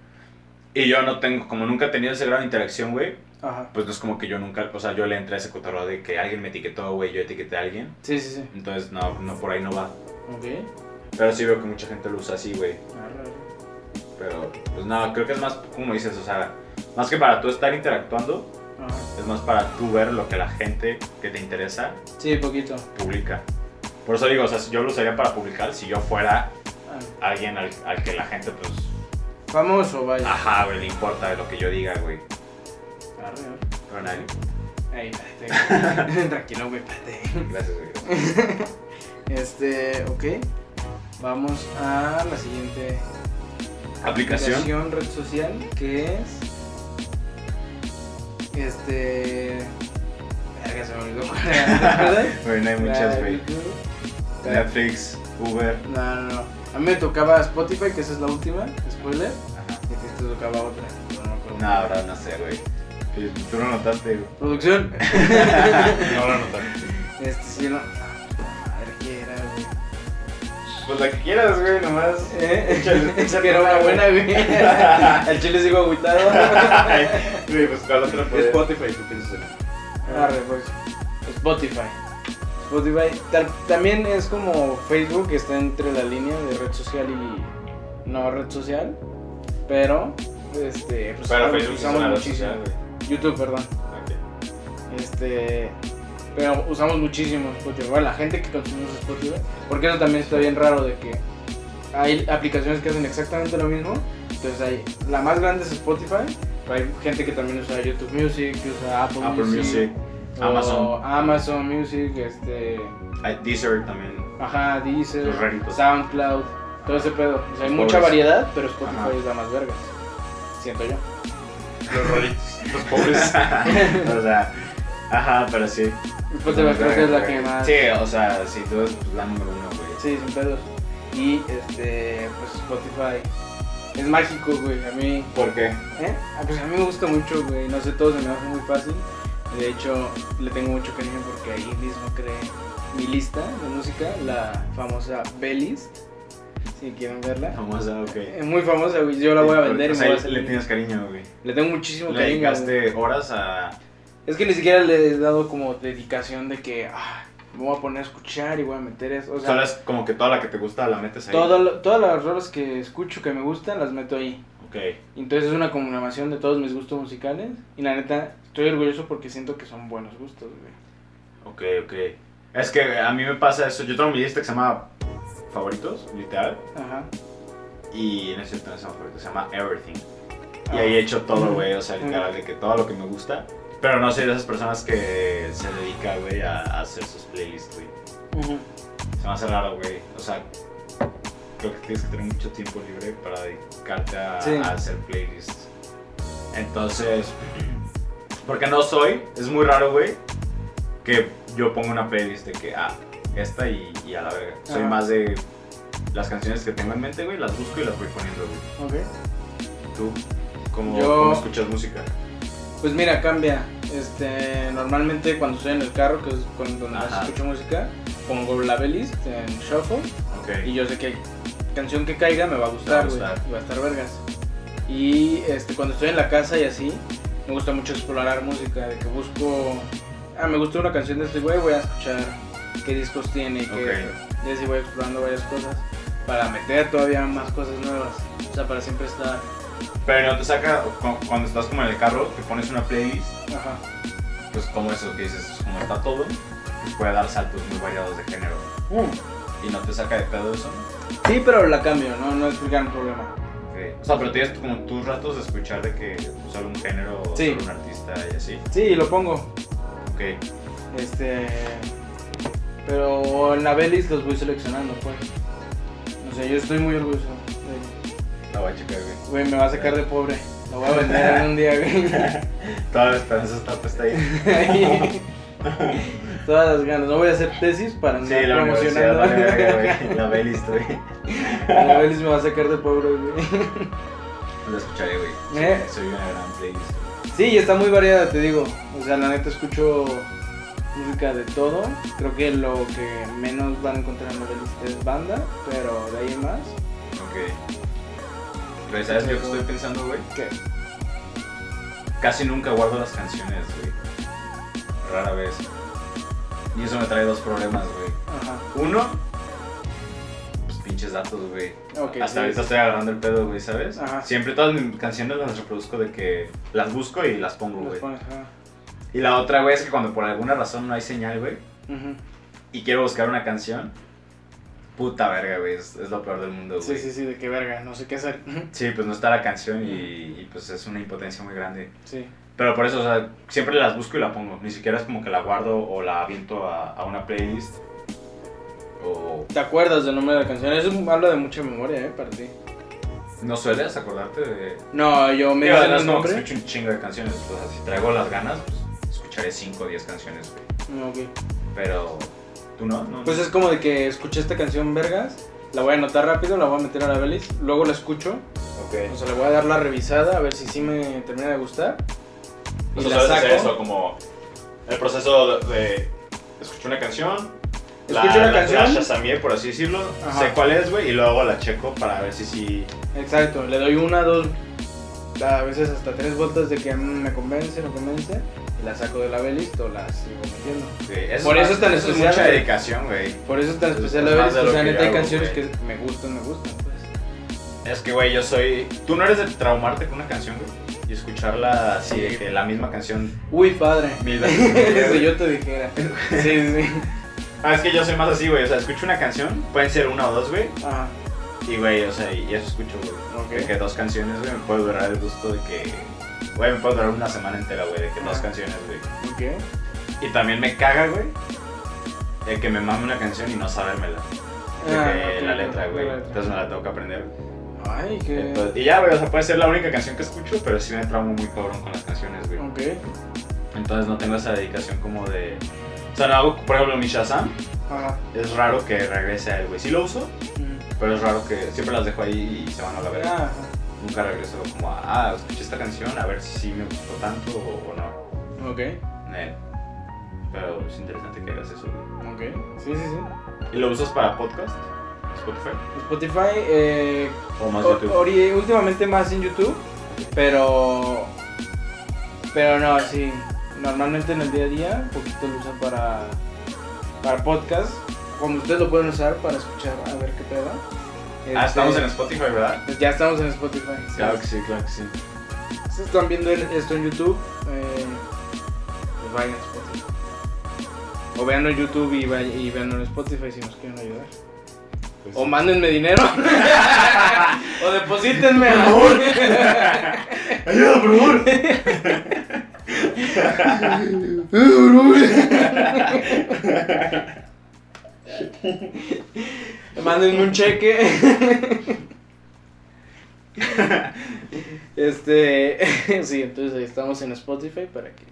Y yo no tengo. Como nunca he tenido ese grado de interacción, güey. Ajá. Pues no es como que yo nunca. O sea, yo le entré a ese cotorreo de que alguien me etiquetó, güey. Yo etiqueté a alguien. Sí, sí, sí. Entonces, no, no por ahí no va. Ok. Pero sí veo que mucha gente lo usa así, güey. Arre, arre. Pero, pues no, creo que es más, como dices, o sea, más que para tú estar interactuando, Ajá. es más para tú ver lo que la gente que te interesa Sí, poquito. publica. Por eso digo, o sea, si yo lo usaría para publicar si yo fuera Ah, alguien al, al que la gente, pues, Famoso, vaya. ajá, güey, le importa lo que yo diga, güey. Pero nadie le importa. Ey, espérate. Tranquilo, güey, espérate. Gracias, güey. Este, ok. Vamos a la siguiente Aplicación. red social que es. Este. Verga, se me olvidó cuál era, ¿te acuerdas? Güey, no hay muchas, La güey. YouTube. La- Netflix, Uber. No, no, no. A mí me tocaba Spotify, que esa es la última, spoiler. Ajá. Y a ti te tocaba otra. pero no me acuerdo. No, ahora no sé, güey. Tú lo notaste, güey. Producción. No lo notaron. Este sí, no. Madre, ¿qué era, güey? Pues la que quieras, güey, nomás. ¿Eh? Échale- Es échale que era una buena, güey. El chile sigo agüitado. Ay, güey, pues cuál otra podría? Spotify, tú piensas en Arre, pues. Spotify. Spotify. tal- también es como Facebook, que está entre la línea de red social y no red social. Pero, este. pues, Pero algo que Facebook Ah, es usamos una red muchísimo. social, güey. YouTube, perdón. Este. Pero usamos muchísimo Spotify. Bueno, la gente que consumimos Spotify. Porque eso también está bien raro de que hay aplicaciones que hacen exactamente lo mismo. Entonces hay. La más grande es Spotify. Pero hay gente que también usa YouTube Music, que usa Apple, Apple Music. Music. Amazon. Amazon Music, este, Hay Deezer también. ajá, Deezer, Los raritos. SoundCloud, todo ese pedo. O sea, hay Los mucha pobres. variedad, pero Spotify Ajá. es la más verga. Siento yo. Los raritos, los pobres. o sea, ajá, pero sí. Spotify creo Pues que es la que más. Sí, o sea, si tú es pues, la número uno, güey. Sí, sin pedos. Y este, pues Spotify es mágico, güey. A mí, ¿Por qué? ¿eh? Ah, Pues a mí me gusta mucho, güey. No sé, todo se me hace muy fácil. De hecho, le tengo mucho cariño porque ahí mismo creé mi lista de música, la famosa Playlist, si quieren verla. Famosa, ok. Es muy famosa, güey. Yo la voy a vender O y me sea, voy a le- hacer le mi- tienes cariño, güey. le tengo muchísimo Le cariño. güey. dedicaste horas a. Es que ni siquiera le he dado como dedicación de que ah, me voy a poner a escuchar y voy a meter eso. O sea, Solo es como que toda la que te gusta la metes ahí. Todo lo- todas las rolas que escucho que me gustan las meto ahí. Ok. Entonces es una combinación de todos mis gustos musicales. Y la neta, estoy orgulloso porque siento que son buenos gustos, güey. Ok, ok. Es que a mí me pasa eso. Yo tengo mi lista que se llama Favoritos, literal. Ajá. Y en ese entonces se llama favoritos, se llama Everything. Y Ah. ahí he hecho todo, güey. O sea, Ujú. literal, de que todo lo que me gusta. Pero no soy de esas personas que se dedica, güey, a, a hacer sus playlists, güey. Ujú. Se me hace raro, güey. O sea, creo que tienes que tener mucho tiempo libre para dedicarte a, Sí. a hacer playlists. Entonces, porque no soy, es muy raro, güey, que yo ponga una playlist de que, ah, esta y, y a la verga. Soy Ajá. más de las canciones que tengo en mente, güey, las busco y las voy poniendo, güey. Ok. ¿Tú cómo, Yo- cómo escuchas música? Pues mira, cambia. Este, normalmente cuando estoy en el carro, que es cuando más Ajá. escucho música, pongo la playlist en shuffle. Y Ok. yo sé que canción que caiga me va a gustar, Te güey. va a gustar. y Va a estar vergas. Y este, cuando estoy en la casa y así, me gusta mucho explorar música, de que busco... Ah, me gusta una canción de este güey, voy a escuchar qué discos tiene y qué... Y así voy explorando varias cosas para meter todavía más cosas nuevas. O sea, para siempre estar... Pero no te saca, cu- cuando estás como en el carro, te pones una playlist Ajá. pues como eso que dices, pues, como está todo, pues puede dar saltos muy variados de género. Mm. Y no te saca de pedo eso. Sí, pero la cambio, no, no es el gran problema. O sea, pero tienes como tus ratos de escuchar de que solo un género o Sí. solo un artista y así. Sí, lo pongo. Ok. Este. Pero en la Belis los voy seleccionando, pues. No sé, yo estoy muy orgulloso. de- La voy a checar, güey. Güey, me va a sacar de pobre. Lo voy a vender algún día, Toda la esperanza está puesta ahí. güey. Todas las ganas. No voy a hacer tesis para Sí, andar la universidad, promocionando. la verga, güey. La belis, güey. la Belis me va a sacar de pobre, güey. La escucharé, güey. ¿Eh? Soy una gran playlist. Sí, y está muy variada, te digo. O sea, la neta escucho música de todo. Creo que lo que menos van a encontrar en la Belis es banda, pero de ahí en más. Ok. Pero ¿sabes lo que estoy pensando, güey? ¿Qué? Casi nunca guardo las canciones, güey. Rara vez. Y eso me trae dos problemas, güey. Ajá. Uno, pues pinches datos, güey. Ok, Hasta sí. ahorita estoy agarrando el pedo, güey, ¿sabes? Ajá. Siempre todas mis canciones las reproduzco de que las busco y las pongo, Los güey. pones, ajá. Y la otra, güey, es que cuando por alguna razón no hay señal, güey, Ujú. y quiero buscar una canción, puta verga, güey, es, es lo peor del mundo, Sí, güey. sí, sí, de qué verga, no sé qué hacer. Sí, pues no está la canción y, y, pues es una impotencia muy grande. Sí. Pero por eso, o sea, siempre las busco y la pongo. Ni siquiera es como que la guardo o la aviento a, a una playlist. O... ¿Te acuerdas del nombre de la canción? Eso habla de mucha memoria, ¿eh? Para ti. ¿No sueles acordarte de, No, yo me Digo, dicen además, el como que nombre. escucho un chingo de canciones. O sea, si traigo las ganas, pues escucharé 5 o 10 canciones, güey. No, ok. Pero tú no, no. Pues es como de que escuché esta canción, vergas. La voy a anotar rápido, la voy a meter a la playlist. Luego la escucho. O ok. sea, le voy a dar la revisada a ver si sí me termina de gustar. Y O sea, la sabes hacer saco. eso, como el proceso de. de- escucho una canción. Escucho una la, canción. La shazameé, por así decirlo. Ajá. Sé cuál es, güey, y luego la checo para ver si sí. Exacto, le doy una, dos, a veces hasta tres vueltas de que mm, me convence, no convence. Y la saco de la playlist o la sigo metiendo. güey, Por eso es tan especial, mucha güey. dedicación, güey. Por eso es tan Es especial la más playlist. de O lo sea, que neta yo hay hago, canciones güey. que me gustan, me gustan, pues. Es que, güey, yo soy. Tú no eres de traumarte con una canción, güey. Y escucharla así, de que la misma canción Uy, padre. mil veces. Eso yo te dijera. Sí, sí, sí. Ah, es que yo soy más así, güey. O sea, escucho una canción, pueden ser una o dos, güey. Ajá. Y, güey, o sea, y eso escucho, güey. De que Ok. dos canciones, güey, me puede Ah. durar el gusto de que. Güey, me puede durar una semana entera, güey, de que dos Ajá. canciones, güey. Ok. Y también me caga, güey, el que me mame una canción y no sabérmela. De Ah, que ok, la letra, ok, güey. la letra. Entonces me la tengo que aprender. Ay, que. Entonces- y ya, güey, o sea, puede ser la única canción que escucho, pero sí me tramo muy cabrón con las canciones, güey. ok. Entonces no tengo esa dedicación como de... O sea, no hago, por ejemplo, mi Shazam, Ajá. es raro que regrese a él, güey. Sí lo uso, Mm. pero es raro que siempre las dejo ahí y se van a la verga. Ah, Nunca regreso como a, ah, escuché esta canción, a ver si sí me gustó tanto o, o no. ok. Eh, pero es interesante que hagas eso, güey. Ok. Sí, sí, sí. ¿Y lo usas para podcast? ¿Spotify? Spotify, eh, ¿O más O- YouTube? ori- últimamente más en YouTube, pero. Pero no, sí. Normalmente en el día a día, un poquito lo usan para. Para podcast. Como ustedes lo pueden usar para escuchar, a ver qué pedo. ah, estamos en Este, Spotify, ¿verdad? pues ya estamos en Spotify. sí. Claro que sí, claro que sí. Si están viendo el- esto en YouTube, eh, pues vayan a Spotify. O véanlo en YouTube y, vay- y véanlo en Spotify si nos quieren ayudar. Pues O sí. mándenme dinero. o deposítenme. ¡Ayuda, por favor! Mándenme un cheque. este. sí, entonces ahí estamos en Spotify para que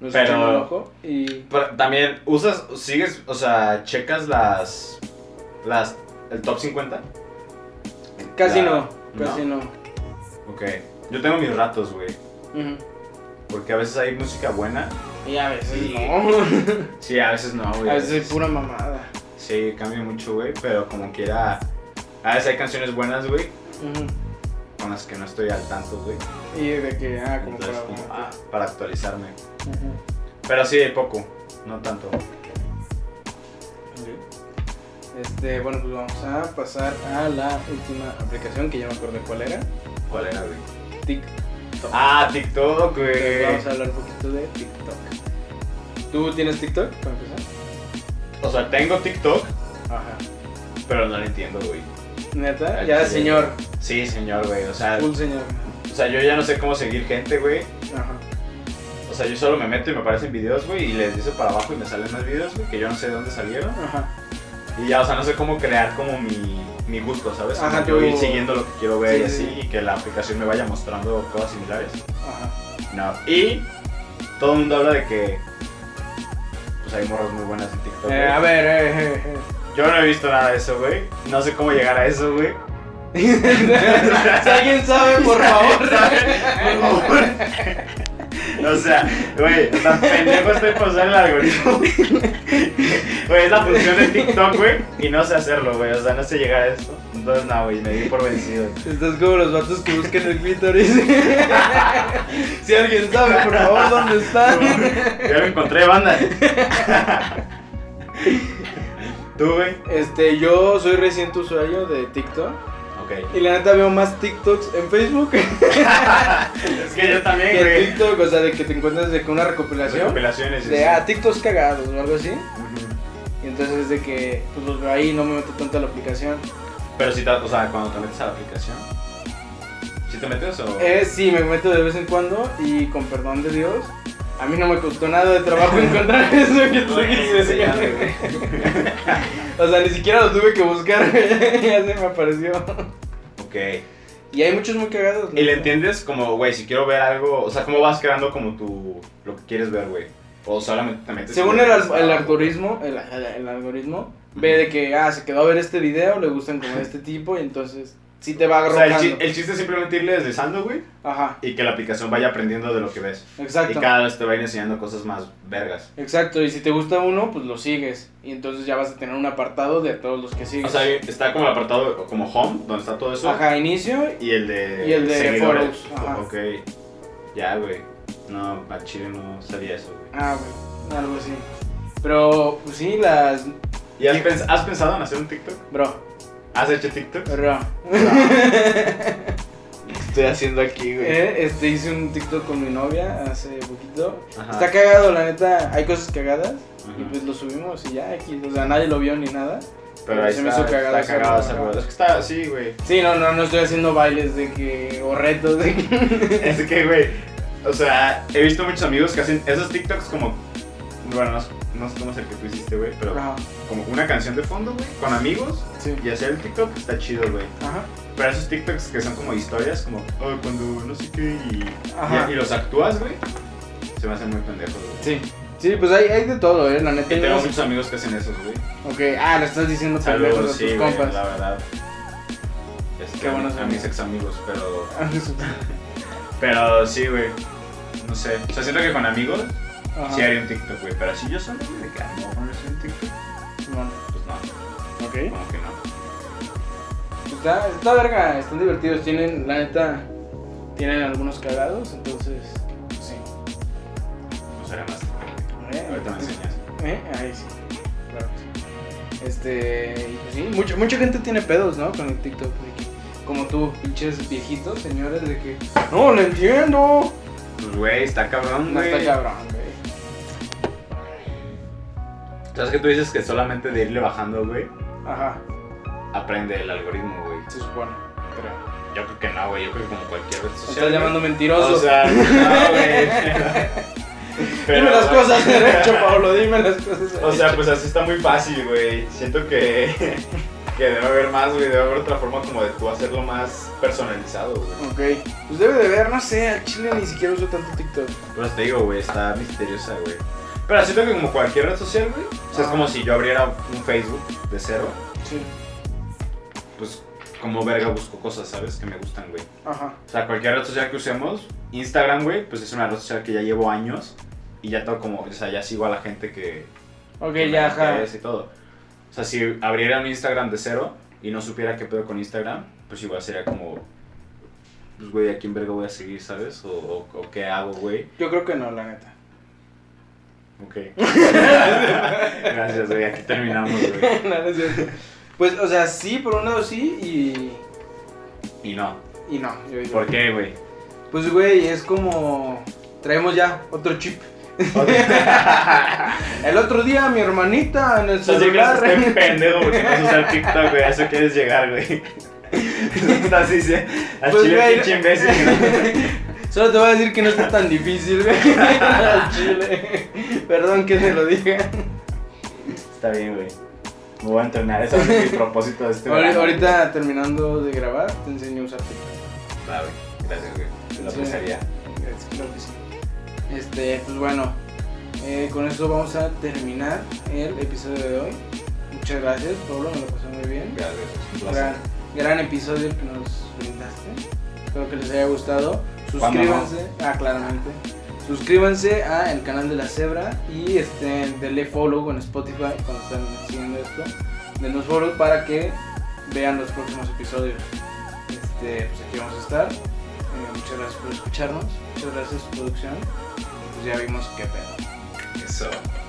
nos Pero- echen un ojo. Y. Pero también, ¿usas, sigues, o sea, checas las, las, el top 50? Casi La- no, casi no. Ok. Yo tengo mis ratos, güey. Ujú. Porque a veces hay música buena. Y a veces Sí. no. Sí, a veces no, güey. a veces es Ah, pura mamada. Sí, cambia mucho, güey, pero como quiera... A veces hay canciones buenas, güey, Ujú. con las que no estoy al tanto, güey. Y de que, ah, como ah. Entonces, para. como, ah, para actualizarme. Ujú. Pero sí, poco, no tanto. Este, bueno, pues vamos a pasar a la última aplicación que ya me acordé cuál era. ¿Cuál era, güey? TikTok. Ah, TikTok, Entonces, güey. Vamos a hablar un poquito de TikTok. ¿Tú tienes TikTok para empezar? O sea, tengo TikTok, Ajá. pero no lo entiendo, güey. Neta, Al ya chile, señor, Sí, señor, güey. O sea, full señor. o sea, yo ya no sé cómo seguir gente, güey. Ajá. O sea, yo solo me meto y me aparecen videos, güey, y les dice para abajo y me salen más videos, güey, que yo no sé de dónde salieron. Ajá. Y ya, o sea, no sé cómo crear como mi, mi gusto, ¿sabes? Como Ajá, yo tú- ir siguiendo lo que quiero ver y Sí, así, sí. y que la aplicación me vaya mostrando cosas similares. Ajá. No. Y todo el mundo habla de que pues hay morras muy buenas en TikTok. Eh, güey. a ver, eh, eh, Yo no he visto nada de eso, güey. No sé cómo llegar a eso, güey. eh. si alguien sabe, por favor. O sea, güey, tan pendejo estoy por usar el algoritmo. Güey, es la función de TikTok, güey, y no sé hacerlo, güey. O sea, no sé llegar a esto. Entonces, no, güey, me di por vencido. Estás como los vatos que buscan el clítoris. si alguien sabe, por favor, ¿dónde está? Ya lo encontré, banda. ¿Tú, güey? Este, yo soy reciente usuario de TikTok. Ok. Y la neta veo más TikToks en Facebook que Es que yo también, en güey. TikTok. O sea, de que te encuentras de que una recopilación Recopilaciones. de ah, TikToks cagados o algo así. Ujú. Y entonces es de que pues los veo ahí, no me meto tanto a la aplicación. Pero si te, o sea, cuando te metes a la aplicación, si te metes o...? Eh, sí, me meto de vez en cuando y con perdón de Dios. A mí no me costó nada de trabajo encontrar eso que tú dices. Ya, güey. O sea, ni siquiera lo tuve que buscar. ya se me apareció. Ok. Y hay muchos muy cagados. ¿no? Y le entiendes como, güey, si quiero ver algo, o sea, cómo vas creando como tu, lo que quieres ver, güey. O solamente te metes... Según y- el, al- el algoritmo, el, el- el algoritmo, ve de que, ah, se quedó a ver este video, le gustan como de este tipo, y entonces sí te va O sea, el, agarrando. chi- el chiste es simplemente irle deslizando, güey, Ajá, y que la aplicación vaya aprendiendo de lo que ves. exacto. Y cada vez te va a ir enseñando cosas más vergas. Exacto, y si te gusta uno, pues lo sigues. Y entonces ya vas a tener un apartado de todos los que O sigues. sea, está como el apartado, como home, donde está todo eso. Ajá, inicio. Y el de. Y el de seguidores. follows, ajá. Ok. Ya, güey. No, al chile no sabía eso, güey. Ah, bueno, algo así. Pero, pues sí, las. ¿Y has, pens- has pensado en hacer un TikTok? Bro, ¿Has hecho TikTok? bro. Estoy haciendo aquí, Eh, este, hice un TikTok con mi novia hace poquito. Ajá. Está cagado, la neta. Hay cosas cagadas. Y Ujú. pues lo subimos y ya, aquí, o sea, nadie lo vio ni nada. Pero ahí se me está, hizo cagado está cagado hacerlo, hacerlo. ajá. Es que está, sí, güey. Sí, no, no, no estoy haciendo bailes de que, o retos de que... es que, güey, o sea, he visto muchos amigos que hacen esos TikToks como bueno, no, sé- no sé cómo es el que tú hiciste, güey, pero Ajá, como una canción de fondo, güey, con amigos sí. y hacer el TikTok está chido, güey. Ajá. Pero esos TikToks que son como historias, como, oh, cuando no sé qué, y, Ajá. y, y los actúas, güey, se me hacen muy pendejos, güey. Sí. Sí, pues hay, hay de todo, eh, la neta. Y tengo Tenemos- muchos amigos que hacen esos, güey. Ok, ah, lo estás diciendo pendejos a tus Saludos, sí, güey, compas. la verdad. Este, Qué buenos a amigos. mis ex amigos, pero. Pero sí, güey. No sé. O sea, siento que con amigos Ajá. sí haría un TikTok, güey. Pero si yo solo, güey, de que ah, no, no hacer un TikTok, Simón. pues no, Ok. como que no. Pues Está, está verga, están divertidos. Tienen, la neta, tienen algunos cagados, entonces. Sí. No será más. TikTok. Eh, Ahorita me enseñas. Eh, ahí sí. Claro. Este, y pues sí, mucha, mucha gente tiene pedos, ¿no? Con el TikTok. de que, como tú, pinches viejitos, señores, de que. ¡No, lo entiendo! Pues, güey, está cabrón, No güey. está cabrón, güey. ¿Sabes que tú dices que solamente de irle bajando, güey, Ajá, aprende el algoritmo, güey? se supone. Creo. Yo creo que no, güey. Yo creo que como cualquier red social. Estás güey. llamando mentiroso. O sea, no, güey. Pero- dime las cosas derecho, Pablo, dime las cosas O sea, pues así está muy fácil, güey. Siento que, que debe haber más, güey. Debe haber otra forma como de tú hacerlo más personalizado, güey. Ok, pues debe de ver, no sé, al chile ni siquiera uso tanto TikTok. Pero te digo, güey, está misteriosa, güey. Pero siento que como cualquier red social, güey. O sea, es Ah. como si yo abriera un Facebook de cero. Sí, Pues como verga busco cosas, ¿sabes? Que me gustan, güey. ajá. O sea, cualquier red social que usemos. Instagram, güey, pues es una red social que ya llevo años. Y ya todo como, o sea, ya sigo a la gente que, Ok, que me ya, ajá. interesa y todo. O sea, si abriera un Instagram de cero y no supiera qué pedo con Instagram, pues igual sería como, pues güey, ¿a quién verga voy a seguir, sabes? O, o- o qué hago, güey. Yo creo que no, la neta. Ok. Gracias, güey, aquí terminamos, güey. No, no es cierto. Pues, o sea, sí, por un lado sí y. Y no. Y no, yo digo. ¿Por qué, güey? Pues, güey, es como. Traemos ya otro chip. O sea, El otro día, mi hermanita en el si crees celular. que estoy pendejo porque no vas a usar TikTok, güey, a eso quieres llegar, güey. Estás diciendo, a Pues, Chile güey. pinche imbécil que no- Solo te voy a decir que no está tan difícil, güey. Al chile. Perdón que se lo diga. Está bien, güey. Me voy a entrenar, ese es mi propósito de este Ahori- verano. Ahorita terminando de grabar, te enseño a usar TikTok. Va, güey. Gracias, güey. Lo Sí. pensaría. Es- Creo que sí. Este, pues bueno, eh, con eso vamos a terminar el episodio de hoy. Muchas gracias, Pablo, me lo pasé muy bien. Gracias, es un Gran, placer. gran episodio que nos brindaste. Espero que les haya gustado. ¿Cuándo no? Suscríbanse, ah, claramente. Suscríbanse a el canal de la Zebra y este, denle follow en Spotify cuando están siguiendo esto. Denos follow para que vean los próximos episodios. Este, pues aquí vamos a estar. Eh, muchas gracias por escucharnos. Muchas gracias, producción. Pues ya vimos qué pedo. Eso.